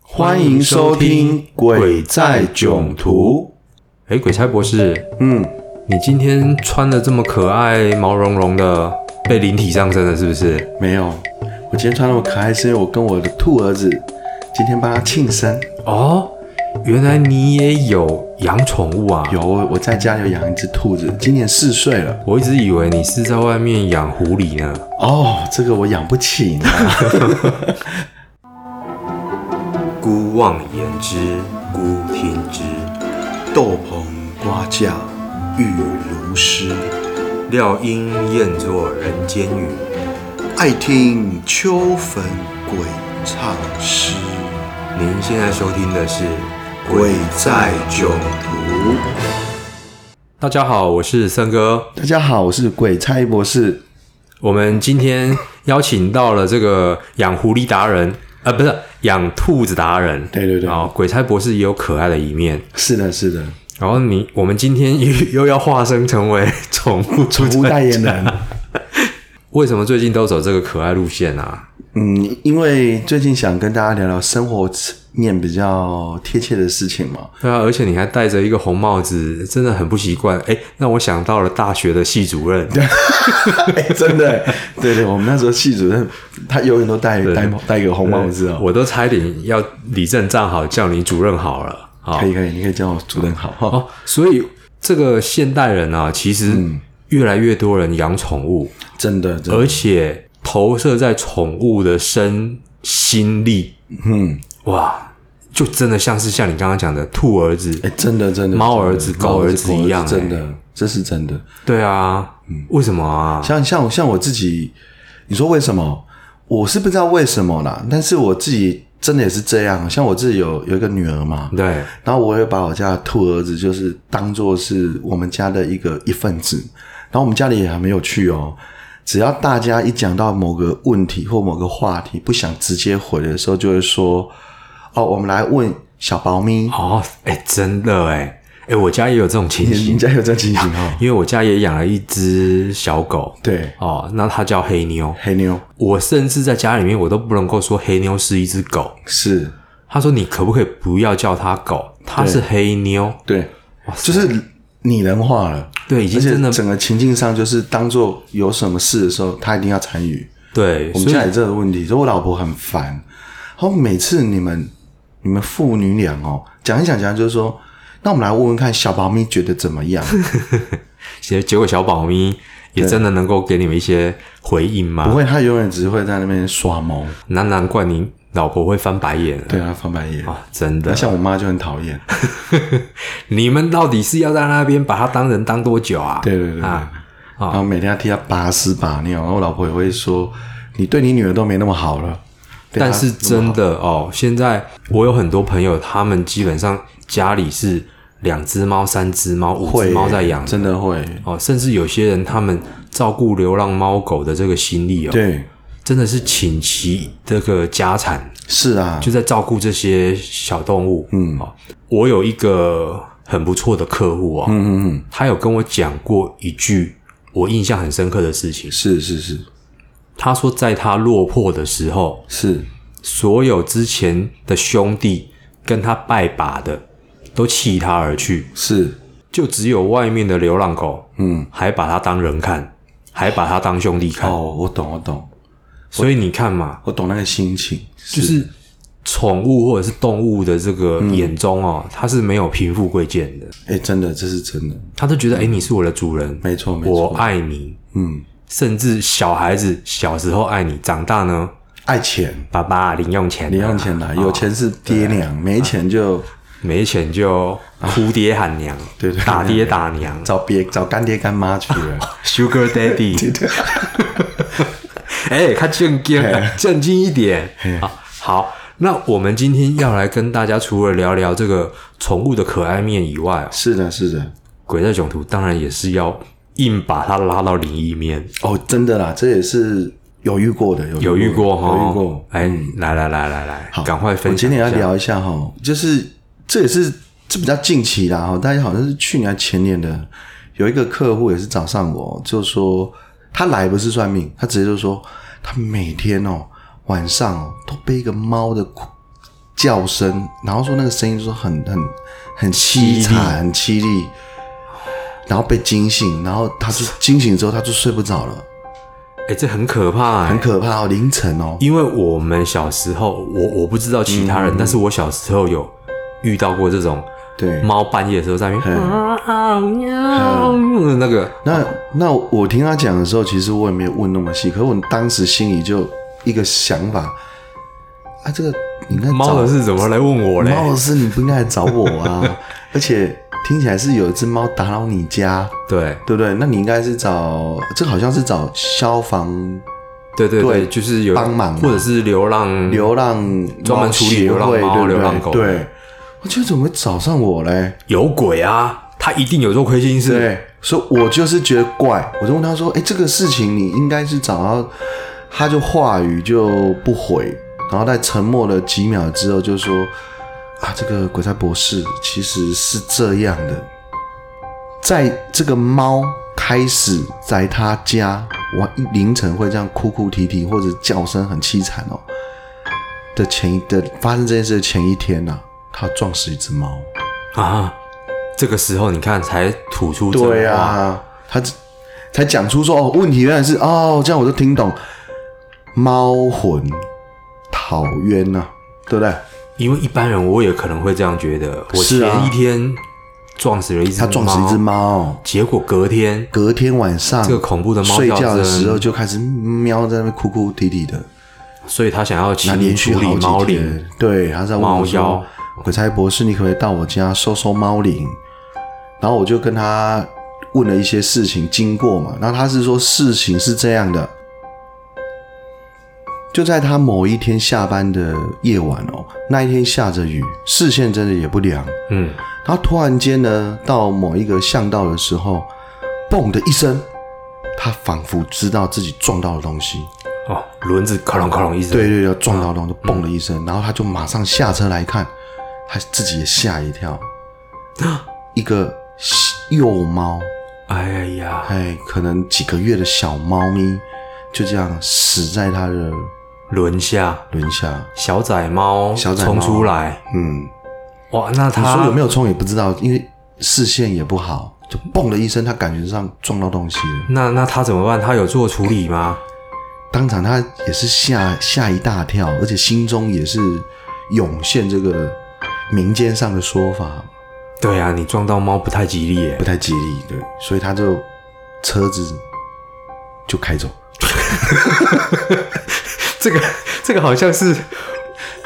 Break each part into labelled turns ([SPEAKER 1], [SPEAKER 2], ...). [SPEAKER 1] 欢迎收听《鬼在囧途
[SPEAKER 2] 哎，鬼差博士，》。
[SPEAKER 1] 嗯，
[SPEAKER 2] 你今天穿的这么可爱、毛茸茸的，被灵体上身了是不是？
[SPEAKER 1] 没有，我今天穿那么可爱，是因为我跟我的兔儿子今天帮他庆生。
[SPEAKER 2] 哦，原来你也有养宠物啊！
[SPEAKER 1] 有，我我在家有养一只兔子，今年四岁了。
[SPEAKER 2] 我一直以为你是在外面养狐狸呢。
[SPEAKER 1] 哦，这个我养不起呢。
[SPEAKER 2] 姑妄言之，姑听之。
[SPEAKER 1] 豆棚瓜架雨如诗，
[SPEAKER 2] 料应厌作人间语。
[SPEAKER 1] 爱听秋坟鬼唱诗。
[SPEAKER 2] 您现在收听的是《
[SPEAKER 1] 囧途。
[SPEAKER 2] 大家好，我是森哥。
[SPEAKER 1] 大家好，我是鬼差博士。
[SPEAKER 2] 我们今天邀请到了这个养狐狸达人，啊，不是养兔子达人。
[SPEAKER 1] 对对对
[SPEAKER 2] 然后鬼差博士也有可爱的一面。
[SPEAKER 1] 是的，是的，
[SPEAKER 2] 然后你，我们今天又又要化身成为宠物
[SPEAKER 1] 宠物代言人。
[SPEAKER 2] 为什么最近都走这个可爱路线啊？
[SPEAKER 1] 嗯，因为最近想跟大家聊聊生活面比较贴切的事情 嘛。
[SPEAKER 2] 对啊，而且你还戴着一个红帽子，真的很不习惯。哎，让我想到了大学的系主任，
[SPEAKER 1] 哎，真的，对对，我们那时候系主任他永远都戴戴戴一个红帽子哦。
[SPEAKER 2] 我都差一点要李正站好叫你主任好了。好
[SPEAKER 1] 可以可以，你可以叫我主任好哈。
[SPEAKER 2] 哦，所以这个现代人啊，其实越来越多人养宠物，
[SPEAKER 1] 真的，真的，
[SPEAKER 2] 而且投射在宠物的身心力，
[SPEAKER 1] 嗯，
[SPEAKER 2] 哇，就真的像是像你刚刚讲的兔儿子，
[SPEAKER 1] 哎，真的真的，
[SPEAKER 2] 呃猫
[SPEAKER 1] 真的
[SPEAKER 2] 儿子
[SPEAKER 1] 猫
[SPEAKER 2] 狗儿子
[SPEAKER 1] 狗
[SPEAKER 2] 一样哎
[SPEAKER 1] 真的，这是真的。
[SPEAKER 2] 对啊，
[SPEAKER 1] 嗯
[SPEAKER 2] 为什么啊？
[SPEAKER 1] 像像我像我自己，你说为什么？我是不知道为什么啦，但是我自己真的也是这样。像我自己有有一个女儿嘛，
[SPEAKER 2] 对，
[SPEAKER 1] 然后我会把我家的兔儿子就是当做是我们家的一个一份子。然后我们家里也很有趣哦，只要大家一讲到某个问题或某个话题不想直接回的时候，就会说：“哦，我们来问小猫咪，
[SPEAKER 2] 哦，哎，真的哎，哎，我家也有这种情
[SPEAKER 1] 你
[SPEAKER 2] 形
[SPEAKER 1] 你，家有这情形 哦？
[SPEAKER 2] 因为我家也养了一只小狗，
[SPEAKER 1] 对，
[SPEAKER 2] 哦，那它叫黑妞，
[SPEAKER 1] 黑妞
[SPEAKER 2] 我甚至在家里面我都不能够说黑妞是一只狗，
[SPEAKER 1] 是，
[SPEAKER 2] 他说你可不可以不要叫它狗，它是黑妞，
[SPEAKER 1] 对，就是拟人化了。”
[SPEAKER 2] 对，已
[SPEAKER 1] 而
[SPEAKER 2] 经
[SPEAKER 1] 且
[SPEAKER 2] 真的
[SPEAKER 1] 整个情境上，就是当做有什么事的时候，他一定要参与。
[SPEAKER 2] 对，
[SPEAKER 1] 我
[SPEAKER 2] 所
[SPEAKER 1] 们
[SPEAKER 2] 以
[SPEAKER 1] 家里这个问题，所以我老婆很烦。然后每次你们你们父女俩哦，讲一讲讲，就是说，那我们来问问看小猫咪觉得怎么 样？
[SPEAKER 2] 结结果小宝咪也真的能够给你们一些回应
[SPEAKER 1] 不
[SPEAKER 2] 吗？
[SPEAKER 1] 会，它永远只会在那边耍猫，
[SPEAKER 2] 那难怪你老婆会翻白眼
[SPEAKER 1] 对它翻白眼。
[SPEAKER 2] 啊！真
[SPEAKER 1] 那
[SPEAKER 2] 的，
[SPEAKER 1] 像我妈就很讨厌。
[SPEAKER 2] 你们到底是要在那边把它当人当多久啊？
[SPEAKER 1] 对对对对。
[SPEAKER 2] 啊，
[SPEAKER 1] 然后每天要替她拔屎拔尿，然后我老婆也会说，你对你女儿都没那么好了。对
[SPEAKER 2] 但
[SPEAKER 1] 她
[SPEAKER 2] 是真的哦，现在我有很多朋友，他们基本上家里是两只猫、三只猫、五
[SPEAKER 1] 会
[SPEAKER 2] 只猫在养
[SPEAKER 1] 真的会。
[SPEAKER 2] 哦，甚至有些人他们照顾流浪猫狗的这个心力哦，
[SPEAKER 1] 对，
[SPEAKER 2] 真的是倾其这个家产，
[SPEAKER 1] 是啊，
[SPEAKER 2] 就在照顾这些小动物。
[SPEAKER 1] 嗯
[SPEAKER 2] 哦，我有一个很不错的客户哦，
[SPEAKER 1] 嗯嗯嗯，
[SPEAKER 2] 他有跟我讲过一句我印象很深刻的事情，
[SPEAKER 1] 是是是
[SPEAKER 2] 他说在他落魄的时候，
[SPEAKER 1] 是，
[SPEAKER 2] 所有之前的兄弟跟他拜把的都弃他而去，
[SPEAKER 1] 是，
[SPEAKER 2] 就只有外面的流浪狗
[SPEAKER 1] 嗯，
[SPEAKER 2] 还把他当人看，还把他当兄弟看。
[SPEAKER 1] 哦，我懂，我懂，
[SPEAKER 2] 所以你看嘛，
[SPEAKER 1] 我懂那个心情，
[SPEAKER 2] 就
[SPEAKER 1] 就是嗯
[SPEAKER 2] 宠物或者是动物的这个眼中哦，它是没有贫富贵贱的，
[SPEAKER 1] 哎、真的，这是真的，
[SPEAKER 2] 它都觉得哎、诶你是我的主人，
[SPEAKER 1] 嗯没错，没
[SPEAKER 2] 我
[SPEAKER 1] 错，
[SPEAKER 2] 爱你。
[SPEAKER 1] 嗯，
[SPEAKER 2] 甚至小孩子小时候爱你，长大呢，
[SPEAKER 1] 爱钱，
[SPEAKER 2] 爸爸零用钱啊、啊
[SPEAKER 1] 零用钱来，有钱是爹娘，没钱就
[SPEAKER 2] 没钱就哭爹喊娘，
[SPEAKER 1] 对对
[SPEAKER 2] 打爹打娘
[SPEAKER 1] 找别找干爹干妈去 了。
[SPEAKER 2] ，Sugar Daddy。哎，看正经啊，正经一点啊。好，那我们今天要来跟大家除了聊聊这个宠物的可爱面以外啊，
[SPEAKER 1] 是的，是的，
[SPEAKER 2] 鬼在囧途当然也是要硬把它拉到灵异面，
[SPEAKER 1] 哦，真的啦，这也是有遇过的，有
[SPEAKER 2] 有遇过哈？
[SPEAKER 1] 有遇过。嗯
[SPEAKER 2] 哎，来来来来来，赶快
[SPEAKER 1] 我
[SPEAKER 2] 分
[SPEAKER 1] 今
[SPEAKER 2] 享一
[SPEAKER 1] 天
[SPEAKER 2] 下。
[SPEAKER 1] 要聊一下哈，就是这也是这比较近期啦哈，大家好像是去年还前年的，有一个客户也是找上我，就说他来不是算命，他直接就说他每天哦晚上哦都被一个猫的叫声，然后说那个声音就是很很很凄
[SPEAKER 2] 凄厉
[SPEAKER 1] 惨、很凄厉，然后被惊醒，然后他就惊醒之后他就睡不着了，
[SPEAKER 2] 哎、这很可怕、欸，
[SPEAKER 1] 很可怕哦，凌晨哦，
[SPEAKER 2] 因为我们小时候，我我不知道其他人，
[SPEAKER 1] 嗯
[SPEAKER 2] 但是我小时候有遇到过这种
[SPEAKER 1] 对，
[SPEAKER 2] 猫半夜的时候在那边啊啊喵那个，
[SPEAKER 1] 那那我听他讲的时候，其实我也没有问那么细，可是我当时心里就一个想法，啊，这个你应该找
[SPEAKER 2] 猫的是怎么来问我嘞？
[SPEAKER 1] 猫的事你不应该来找我 啊，而且听起来是有一只猫打扰你家，
[SPEAKER 2] 对
[SPEAKER 1] 对不对？那你应该是找这好像是找消防
[SPEAKER 2] 对对
[SPEAKER 1] 对
[SPEAKER 2] 对，就是有
[SPEAKER 1] 帮忙嘛啊
[SPEAKER 2] 或者是流浪
[SPEAKER 1] 流浪
[SPEAKER 2] 专门
[SPEAKER 1] 猫
[SPEAKER 2] 处理
[SPEAKER 1] 协
[SPEAKER 2] 流浪
[SPEAKER 1] 会
[SPEAKER 2] 猫
[SPEAKER 1] 对不对
[SPEAKER 2] 流浪狗
[SPEAKER 1] 对，我觉得怎么会找上我嘞？
[SPEAKER 2] 有鬼啊，它一定有做亏心事。
[SPEAKER 1] 对，所以我就是觉得怪，我就问他说：“哎、这个事情你应该是找到。”他就话语就不回，然后在沉默了几秒之后就说：“啊，这个鬼差博士其实是这样的，在这个猫开始在他家晚凌晨会这样哭哭啼啼或者叫声很凄惨哦的前一的发生这件事的前一天呐、他撞死一只猫。”
[SPEAKER 2] 啊，这个时候你看才吐出真话
[SPEAKER 1] 对啊，他只才讲出说哦，问题原来是哦，这样我就听懂。猫魂讨冤呐、对不对？
[SPEAKER 2] 因为一般人我也可能会这样觉得。我
[SPEAKER 1] 是啊
[SPEAKER 2] 前一天撞死了一只，
[SPEAKER 1] 他撞死一只，猫，
[SPEAKER 2] 结果隔天
[SPEAKER 1] 隔天晚上
[SPEAKER 2] 嗯这个恐怖的猫
[SPEAKER 1] 睡
[SPEAKER 2] 叫
[SPEAKER 1] 觉的
[SPEAKER 2] 声
[SPEAKER 1] 时候就开始喵在那边哭哭啼啼的，
[SPEAKER 2] 所以他想要
[SPEAKER 1] 那
[SPEAKER 2] 清
[SPEAKER 1] 连续
[SPEAKER 2] 处
[SPEAKER 1] 好
[SPEAKER 2] 理
[SPEAKER 1] 几
[SPEAKER 2] 猫灵
[SPEAKER 1] 天。。对，他在问
[SPEAKER 2] 猫
[SPEAKER 1] 我说
[SPEAKER 2] 妖：“
[SPEAKER 1] 鬼差博士，你可不可以到我家收收猫灵？”然后我就跟他问了一些事情经过嘛，然后他是说事情是这样的，就在他某一天下班的夜晚哦，那一天下着雨，视线真的也不良，
[SPEAKER 2] 嗯，
[SPEAKER 1] 然后突然间呢，到某一个巷道的时候，嘣的一声，他仿佛知道自己撞到了东西。
[SPEAKER 2] 哦，轮子咔隆咔隆一直
[SPEAKER 1] 对对对，撞到东就嘣的一声，然后他就马上下车来看，他自己也吓一跳，一个幼猫，
[SPEAKER 2] 哎呀，
[SPEAKER 1] 哎，可能几个月的小猫咪，就这样死在他的
[SPEAKER 2] 轮下
[SPEAKER 1] 轮下。
[SPEAKER 2] 小仔猫
[SPEAKER 1] 小仔猫
[SPEAKER 2] 冲出来，
[SPEAKER 1] 嗯，
[SPEAKER 2] 哇，那
[SPEAKER 1] 你说
[SPEAKER 2] 他
[SPEAKER 1] 有没有冲也不知道，因为视线也不好，就嘣的一声，他感觉上撞到东西了，
[SPEAKER 2] 那那他怎么办？他有做处理吗？
[SPEAKER 1] 当场他也是吓吓一大跳，而且心中也是涌现这个民间上的说法，
[SPEAKER 2] 对啊，你撞到猫不太吉利耶
[SPEAKER 1] 不。太吉利，对，所以他就车子就开走。
[SPEAKER 2] 这个这个好像是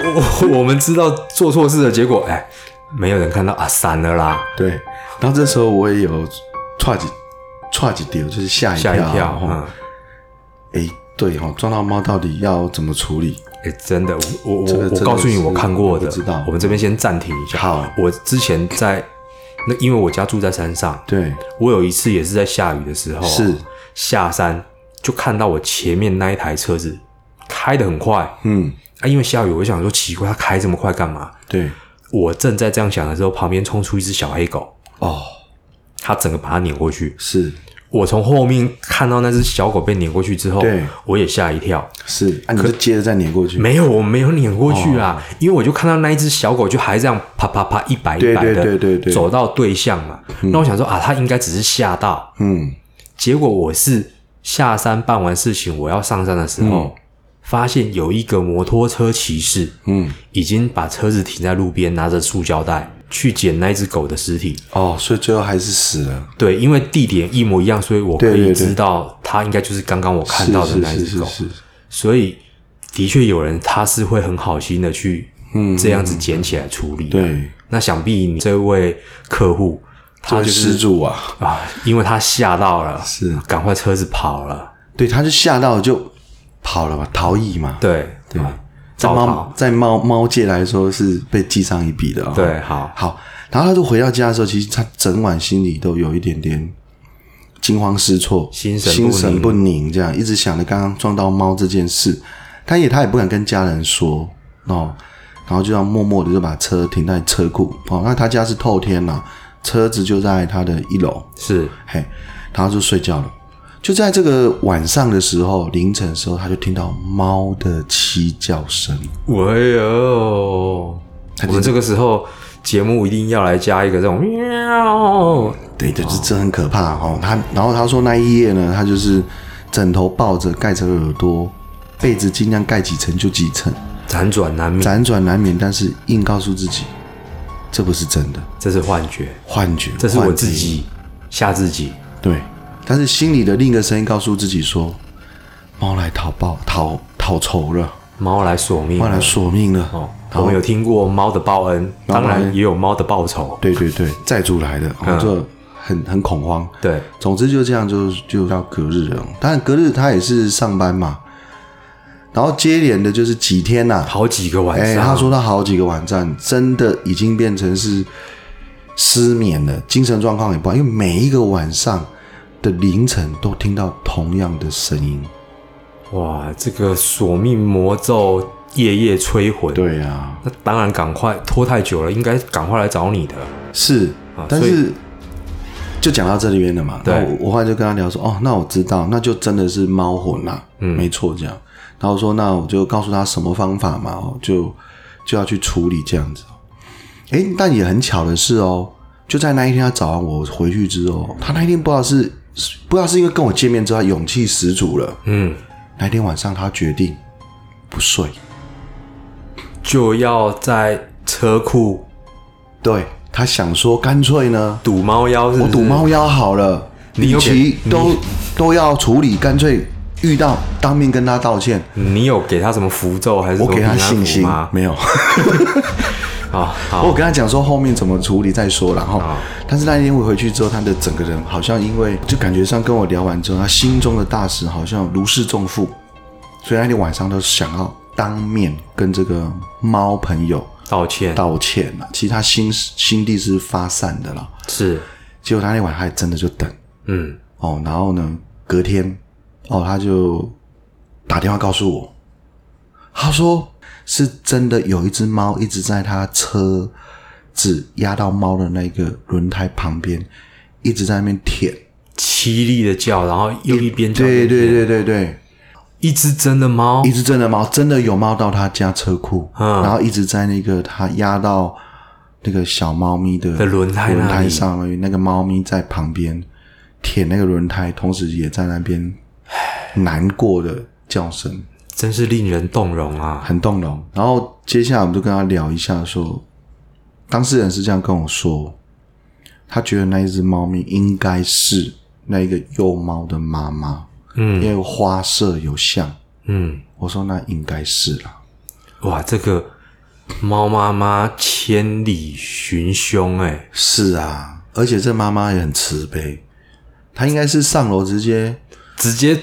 [SPEAKER 2] 我我们知道做错事的结果，哎，没有人看到啊，散了啦。
[SPEAKER 1] 对，然后这时候我也有踹几踹几丢，就是吓一跳。
[SPEAKER 2] 吓一跳，嗯
[SPEAKER 1] 哦，哎、对哦，撞到猫到底要怎么处理？
[SPEAKER 2] 哎，真的，我我
[SPEAKER 1] 这个
[SPEAKER 2] 我
[SPEAKER 1] 真的
[SPEAKER 2] 我
[SPEAKER 1] 是
[SPEAKER 2] 告诉你，我看过的，
[SPEAKER 1] 我不知道
[SPEAKER 2] 我们这边先暂停一下。
[SPEAKER 1] 好，
[SPEAKER 2] 我之前在那，因为我家住在山上，
[SPEAKER 1] 对，
[SPEAKER 2] 我有一次也是在下雨的时候，啊
[SPEAKER 1] 是
[SPEAKER 2] 下山就看到我前面那一台车子开得很快
[SPEAKER 1] 嗯，
[SPEAKER 2] 啊，因为下雨，我就想说奇怪，它开这么快干嘛？
[SPEAKER 1] 对，
[SPEAKER 2] 我正在这样想的时候，旁边冲出一只小黑狗，
[SPEAKER 1] 哦，
[SPEAKER 2] 它整个把它碾过去。
[SPEAKER 1] 是
[SPEAKER 2] 我从后面看到那只小狗被碾过去之后
[SPEAKER 1] 对，
[SPEAKER 2] 我也吓一跳。
[SPEAKER 1] 是，啊，你就接着再碾过去。
[SPEAKER 2] 没有，我没有撵过去啊，
[SPEAKER 1] 哦
[SPEAKER 2] 因为我就看到那一只小狗就还这样啪啪啪一百一
[SPEAKER 1] 对
[SPEAKER 2] 百
[SPEAKER 1] 对
[SPEAKER 2] 的
[SPEAKER 1] 对对嗯对
[SPEAKER 2] 走到对象嘛。那我想说啊，它应该只是吓到，
[SPEAKER 1] 嗯，
[SPEAKER 2] 结果我是下山办完事情，我要上山的时候，发现有一个摩托车骑士，
[SPEAKER 1] 嗯，
[SPEAKER 2] 已经把车子停在路边，拿着塑胶袋去捡那只狗的尸体。
[SPEAKER 1] 哦，所以最后还是死了。
[SPEAKER 2] 对，因为地点一模一样，所以我可
[SPEAKER 1] 对
[SPEAKER 2] 以
[SPEAKER 1] 对对
[SPEAKER 2] 知道它应该就是刚刚我看到的
[SPEAKER 1] 是
[SPEAKER 2] 那
[SPEAKER 1] 是
[SPEAKER 2] 只
[SPEAKER 1] 是
[SPEAKER 2] 狗。
[SPEAKER 1] 是是，
[SPEAKER 2] 所以的确有人他是会很好心的去这样子捡起来处理、，
[SPEAKER 1] 嗯
[SPEAKER 2] 啊
[SPEAKER 1] 对，
[SPEAKER 2] 那想必你这位客户
[SPEAKER 1] 这
[SPEAKER 2] 他
[SPEAKER 1] 位
[SPEAKER 2] 就
[SPEAKER 1] 失
[SPEAKER 2] 是
[SPEAKER 1] 主啊，
[SPEAKER 2] 啊，因为他吓到了，
[SPEAKER 1] 是
[SPEAKER 2] 赶快车子跑了，
[SPEAKER 1] 对，他就吓到就跑了嘛，逃逸嘛。
[SPEAKER 2] 对啊对，
[SPEAKER 1] 在
[SPEAKER 2] 照
[SPEAKER 1] 猫
[SPEAKER 2] 跑，
[SPEAKER 1] 在猫猫界来说是被记上一笔的哦。
[SPEAKER 2] 对，好，
[SPEAKER 1] 好，然后他就回到家的时候，其实他整晚心里都有一点点惊慌失措，
[SPEAKER 2] 心神不
[SPEAKER 1] 心
[SPEAKER 2] 宁
[SPEAKER 1] 神不宁，这样一直想着刚刚撞到猫这件事，他也他也不敢跟家人说哦，然后就要默默的就把车停在车库哦，那他家是透天呐、车子就在他的一楼，
[SPEAKER 2] 是
[SPEAKER 1] 嘿，然后就睡觉了。就在这个晚上的时候，凌晨的时候，他就听到猫的凄叫声。
[SPEAKER 2] 喂哦，我们这个时候节目一定要来加一个这种喵，
[SPEAKER 1] 对，就是这很可怕哦。他然后他说那一夜呢，他就是枕头抱着盖着耳朵，被子尽量盖几层就几层，
[SPEAKER 2] 辗转难眠，
[SPEAKER 1] 辗转难眠，但是硬告诉自己这不是真的，
[SPEAKER 2] 这是幻觉，
[SPEAKER 1] 幻觉，
[SPEAKER 2] 这是我
[SPEAKER 1] 幻
[SPEAKER 2] 自
[SPEAKER 1] 觉
[SPEAKER 2] 己吓自己。
[SPEAKER 1] 对，但是心里的另一个声音告诉自己说，猫来讨报讨讨仇了，
[SPEAKER 2] 猫来索命
[SPEAKER 1] 猫来
[SPEAKER 2] 了，
[SPEAKER 1] 索命了。
[SPEAKER 2] 嗯哦，我们有听过猫的报恩，当然也有猫的报仇。
[SPEAKER 1] 对对对，债主来的，
[SPEAKER 2] 嗯
[SPEAKER 1] 我就很很恐慌。
[SPEAKER 2] 对，
[SPEAKER 1] 总之就这样就，就要隔日了。当然隔日他也是上班嘛，然后接连的就是几天呐、
[SPEAKER 2] 好几个晚
[SPEAKER 1] 哎、
[SPEAKER 2] 上，
[SPEAKER 1] 他说他好几个晚上真的已经变成是失眠了，精神状况也不好，因为每一个晚上的凌晨都听到同样的声音。
[SPEAKER 2] 哇，这个索命魔咒夜夜摧毁。
[SPEAKER 1] 对呀、
[SPEAKER 2] 那当然，赶快拖太久了，应该赶快来找你的。
[SPEAKER 1] 是
[SPEAKER 2] 啊，
[SPEAKER 1] 但
[SPEAKER 2] 所
[SPEAKER 1] 是就讲到这里边了嘛。
[SPEAKER 2] 对
[SPEAKER 1] 然后我我后来就跟他聊说，哦，那我知道，那就真的是猫魂啦、嗯，没错，这样。然后说，那我就告诉他什么方法嘛，哦就就要去处理这样子。哦诶，但也很巧的是哦，就在那一天他早上我回去之后，他那一天不知道是是不知道是因为跟我见面之后他勇气十足了，
[SPEAKER 2] 嗯，
[SPEAKER 1] 那一天晚上他决定不睡，
[SPEAKER 2] 就要在车库
[SPEAKER 1] 对他想说干脆呢
[SPEAKER 2] 堵猫妖，是不
[SPEAKER 1] 我
[SPEAKER 2] 是？
[SPEAKER 1] 赌猫妖好了，
[SPEAKER 2] 你
[SPEAKER 1] 李
[SPEAKER 2] 有
[SPEAKER 1] 琦
[SPEAKER 2] 给
[SPEAKER 1] 都都要处理，干脆遇到当面跟他道歉。
[SPEAKER 2] 你有给他什么符咒还是什
[SPEAKER 1] 我
[SPEAKER 2] 么
[SPEAKER 1] 给他
[SPEAKER 2] 平安符
[SPEAKER 1] 信心
[SPEAKER 2] 吗？哦
[SPEAKER 1] 没有，
[SPEAKER 2] 啊，好，
[SPEAKER 1] 我跟他讲说后面怎么处理再说啦。哈
[SPEAKER 2] 啊。
[SPEAKER 1] 但是那一天我回去之后，他的整个人好像因为就感觉上跟我聊完之后，他心中的大石好像如释重负，所以那天晚上都想要当面跟这个猫朋友
[SPEAKER 2] 道歉
[SPEAKER 1] 道歉了。其实他心心地是发散的啦，
[SPEAKER 2] 是，
[SPEAKER 1] 结果他那天晚上还真的就等。
[SPEAKER 2] 嗯，
[SPEAKER 1] 哦，然后呢，隔天哦，他就打电话告诉我，他说是真的有一只猫一直在他车子压到猫的那个轮胎旁边，一直在那边舔。
[SPEAKER 2] 凄厉的叫，然后又一边叫，
[SPEAKER 1] 对对对对对，
[SPEAKER 2] 一只真的猫
[SPEAKER 1] 一，只真的猫，真的有猫到他家车库，
[SPEAKER 2] 嗯
[SPEAKER 1] 然后一直在那个他压到那个小猫咪的
[SPEAKER 2] 的轮胎那里
[SPEAKER 1] 轮胎上面，那个猫咪在旁边舔那个轮胎，同时也在那边难过的叫声，
[SPEAKER 2] 真是令人动容啊！
[SPEAKER 1] 很动容。然后接下来我们就跟他聊一下说当事人是这样跟我说，他觉得那一只猫咪应该是那一个幼猫的妈妈，
[SPEAKER 2] 嗯
[SPEAKER 1] 因为花色有像。
[SPEAKER 2] 嗯，
[SPEAKER 1] 我说那应该是啦、
[SPEAKER 2] 哇，这个猫妈妈千里寻凶、哎，
[SPEAKER 1] 是啊，而且这妈妈也很慈悲，她应该是上楼直接
[SPEAKER 2] 直接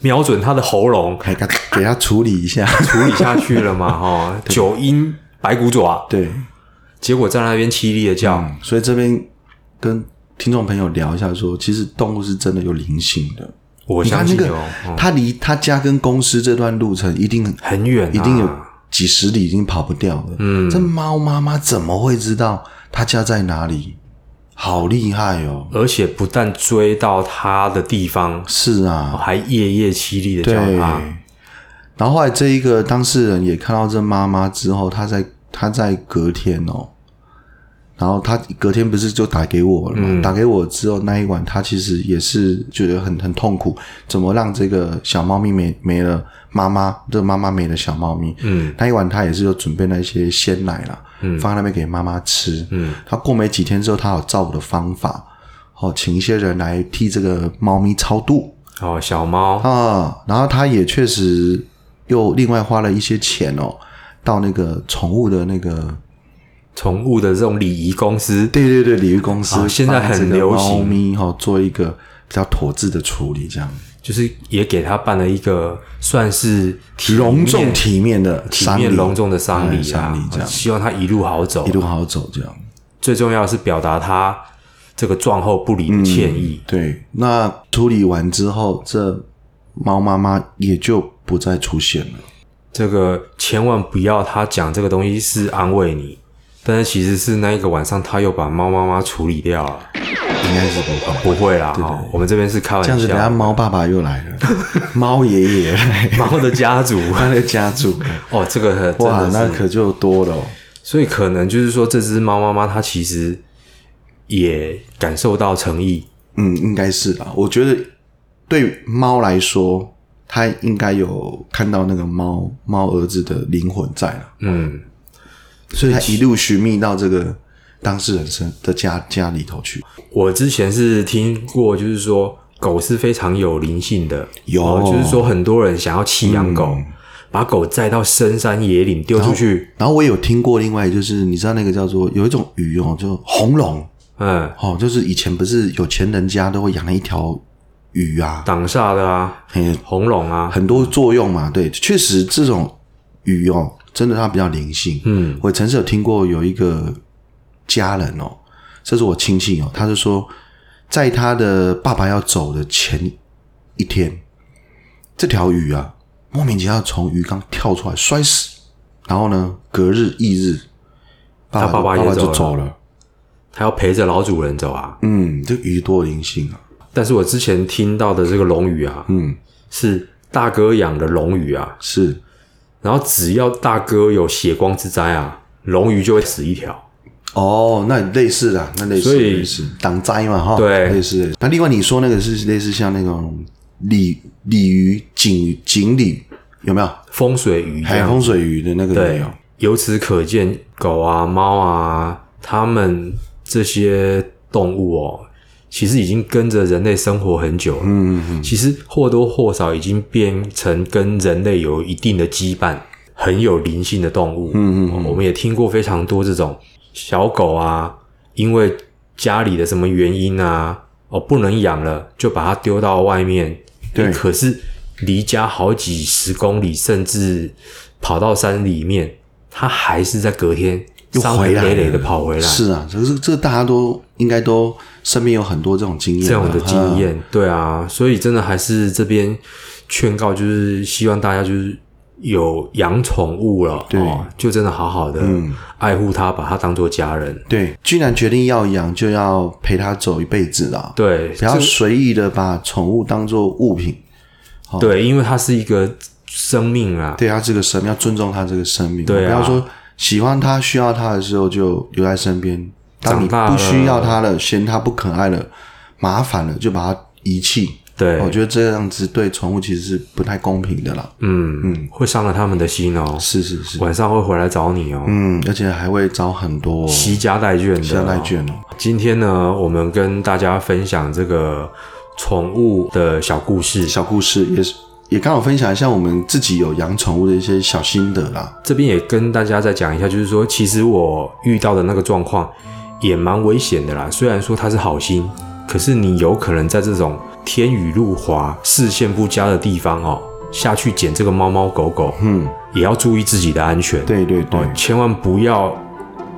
[SPEAKER 2] 瞄准它的喉咙
[SPEAKER 1] 给她给她处理一下。
[SPEAKER 2] 处理下去了嘛，哈，九阴白骨爪，
[SPEAKER 1] 对，
[SPEAKER 2] 结果在那边凄厉的叫，
[SPEAKER 1] 嗯，所以这边跟听众朋友聊一下说其实动物是真的有灵性的。
[SPEAKER 2] 我
[SPEAKER 1] 你看
[SPEAKER 2] 相信
[SPEAKER 1] 那个
[SPEAKER 2] 有、嗯，
[SPEAKER 1] 他离他家跟公司这段路程一定
[SPEAKER 2] 很远、啊，
[SPEAKER 1] 一定有几十里，已经跑不掉了。嗯，这猫妈妈怎么会知道他家在哪里？好厉害哦！
[SPEAKER 2] 而且不但追到它的地方，
[SPEAKER 1] 是啊，
[SPEAKER 2] 还夜夜凄厉的叫
[SPEAKER 1] 对，
[SPEAKER 2] 它，
[SPEAKER 1] 然后后来这一个当事人也看到这妈妈之后，他在他在隔天哦，然后他隔天不是就打给我了嘛？打给我之后那一晚，他其实也是觉得很很痛苦，怎么让这个小猫咪没没了妈妈，这个妈妈没了小猫咪？嗯，那一晚他也是有准备那些鲜奶啦，嗯，放在那边给妈妈吃。嗯，他过没几天之后，他有照我的方法，哦，请一些人来替这个猫咪超度。
[SPEAKER 2] 哦，小猫，
[SPEAKER 1] 啊，然后他也确实又另外花了一些钱哦，到那个宠物的那个，
[SPEAKER 2] 宠物的这种礼仪公司，
[SPEAKER 1] 对对对，礼仪公司、
[SPEAKER 2] 啊现在很流行
[SPEAKER 1] 猫咪哈、哦，做一个比较妥智的处理，这样
[SPEAKER 2] 就是也给他办了一个算是体面
[SPEAKER 1] 隆重体面的
[SPEAKER 2] 体
[SPEAKER 1] 丧礼，
[SPEAKER 2] 面隆重的丧礼
[SPEAKER 1] 哎
[SPEAKER 2] 啊，
[SPEAKER 1] 丧礼这样
[SPEAKER 2] 希望他一路好走
[SPEAKER 1] 一。路好好走这样。
[SPEAKER 2] 最重要的是表达他这个撞后不离的歉意。
[SPEAKER 1] 对，那处理完之后，这猫妈妈也就不再出现了。
[SPEAKER 2] 这个千万不要他讲这个东西是安慰你，但是其实是那一个晚上他又把猫妈妈处理掉了。哦
[SPEAKER 1] 应该是不会
[SPEAKER 2] 不会啦，哈，我们这边是开玩
[SPEAKER 1] 这样子，等下
[SPEAKER 2] 笑。
[SPEAKER 1] 猫爸爸又来了，猫爷爷 来了，
[SPEAKER 2] 猫的家族
[SPEAKER 1] 他的家族。
[SPEAKER 2] 哦，这个真
[SPEAKER 1] 哇，
[SPEAKER 2] 的
[SPEAKER 1] 那
[SPEAKER 2] 是，
[SPEAKER 1] 可就多了哦、
[SPEAKER 2] 所以可能就是说，这只猫妈妈它其实也感受到诚意，
[SPEAKER 1] 嗯，应该是吧。我觉得对猫来说，它应该有看到那个猫猫儿子的灵魂在了，
[SPEAKER 2] 嗯，
[SPEAKER 1] 所以它一路寻觅到这个当事人身的家家里头去。
[SPEAKER 2] 我之前是听过，就是说狗是非常有灵性的，
[SPEAKER 1] 有嗯
[SPEAKER 2] 呃就是说很多人想要弃养狗，把狗载到深山野岭丢出去，
[SPEAKER 1] 然后我有听过另外就是你知道那个叫做有一种鱼哦，就红龙
[SPEAKER 2] 嗯，
[SPEAKER 1] 哦，就是以前不是有钱人家都会养一条鱼啊，
[SPEAKER 2] 挡煞的啊，
[SPEAKER 1] 嘿
[SPEAKER 2] 红龙啊，
[SPEAKER 1] 很多作用嘛，对，确实这种鱼哦，真的它比较灵性。
[SPEAKER 2] 嗯，
[SPEAKER 1] 我曾是有听过有一个家人哦，这是我亲戚哦，他是说，在他的爸爸要走的前一天，这条鱼啊，莫名其妙从鱼缸跳出来摔死，然后呢，隔日翌日，爸
[SPEAKER 2] 他爸爸也
[SPEAKER 1] 爸就
[SPEAKER 2] 走
[SPEAKER 1] 走
[SPEAKER 2] 了
[SPEAKER 1] 了。
[SPEAKER 2] 它要陪着老主人走啊。
[SPEAKER 1] 嗯，这鱼多灵性啊！
[SPEAKER 2] 但是我之前听到的这个龙鱼啊，
[SPEAKER 1] 嗯，
[SPEAKER 2] 是大哥养的龙鱼啊，
[SPEAKER 1] 是
[SPEAKER 2] 然后只要大哥有血光之灾啊，龙鱼就会死一条。
[SPEAKER 1] 哦，那类似啦，那类似，
[SPEAKER 2] 所以
[SPEAKER 1] 类似挡灾嘛，哈，
[SPEAKER 2] 对
[SPEAKER 1] 类似。类似那另外你说那个是类似像那种鲤鲤鱼、锦鱼锦鲤，有没有？
[SPEAKER 2] 风水鱼这
[SPEAKER 1] 海
[SPEAKER 2] 样，
[SPEAKER 1] 风水鱼的那个没
[SPEAKER 2] 啊对
[SPEAKER 1] 有？，
[SPEAKER 2] 由此可见，狗啊、猫啊，它们这些动物哦，其实已经跟着人类生活很久了。
[SPEAKER 1] 嗯嗯
[SPEAKER 2] 其实或多或少已经变成跟人类有一定的羁绊，很有灵性的动物。
[SPEAKER 1] 嗯嗯
[SPEAKER 2] 哦我们也听过非常多这种小狗啊，因为家里的什么原因啊，哦不能养了，就把它丢到外面。
[SPEAKER 1] 对
[SPEAKER 2] 诶可是离家好几十公里，甚至跑到山里面，它还是在隔天
[SPEAKER 1] 又
[SPEAKER 2] 伤
[SPEAKER 1] 回
[SPEAKER 2] 痕
[SPEAKER 1] 来
[SPEAKER 2] 累累的
[SPEAKER 1] 了
[SPEAKER 2] 跑回来。
[SPEAKER 1] 嗯，是啊，这是这大家都应该都身边有很多这种经验，
[SPEAKER 2] 这样的经
[SPEAKER 1] 嗯。
[SPEAKER 2] 验，对啊，所以真的还是这边劝告，就是希望大家就是有养宠物了，
[SPEAKER 1] 对嗯
[SPEAKER 2] 哦，就真的好好的爱护它，把它当做家人，
[SPEAKER 1] 对，既然决定要养，就要陪它走一辈子啦，
[SPEAKER 2] 对，
[SPEAKER 1] 不要
[SPEAKER 2] 这
[SPEAKER 1] 随意的把宠物当做物品。
[SPEAKER 2] 对，因为它是一个生命啊，
[SPEAKER 1] 对他这个生命，要尊重他这个生命，
[SPEAKER 2] 对啊
[SPEAKER 1] 不要说喜欢他、需要他的时候就留在身边，当你
[SPEAKER 2] 长大了
[SPEAKER 1] 不需要他了、嫌他不可爱了、麻烦了，就把他遗弃。
[SPEAKER 2] 对，
[SPEAKER 1] 我觉得这样子对宠物其实是不太公平的啦。
[SPEAKER 2] 嗯嗯，会伤了他们的心哦，
[SPEAKER 1] 是是是，
[SPEAKER 2] 晚上会回来找你哦，
[SPEAKER 1] 嗯，而且还会找很多
[SPEAKER 2] 惜家带眷的，
[SPEAKER 1] 家带。眷哦。
[SPEAKER 2] 今天呢，我们跟大家分享这个宠物的小故事，
[SPEAKER 1] 小故事也是，也刚好分享一下我们自己有养宠物的一些小心得啦。
[SPEAKER 2] 这边也跟大家再讲一下，就是说，其实我遇到的那个状况也蛮危险的啦。虽然说他是好心，可是你有可能在这种天雨路滑、视线不佳的地方哦，下去捡这个猫猫狗狗，
[SPEAKER 1] 嗯，
[SPEAKER 2] 也要注意自己的安全。
[SPEAKER 1] 对对对，
[SPEAKER 2] 哦，千万不要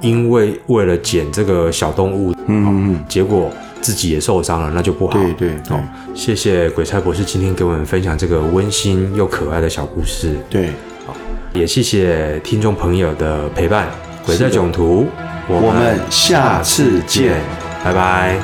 [SPEAKER 2] 因为为了捡这个小动物，
[SPEAKER 1] 嗯嗯嗯，
[SPEAKER 2] 结果自己也受伤了，那就不好。
[SPEAKER 1] 对对对
[SPEAKER 2] 哦，谢谢鬼差博士今天给我们分享这个温馨又可爱的小故事。
[SPEAKER 1] 对，
[SPEAKER 2] 也谢谢听众朋友的陪伴。鬼在
[SPEAKER 1] 是的
[SPEAKER 2] 囧途，
[SPEAKER 1] 我们下次见，
[SPEAKER 2] 拜拜。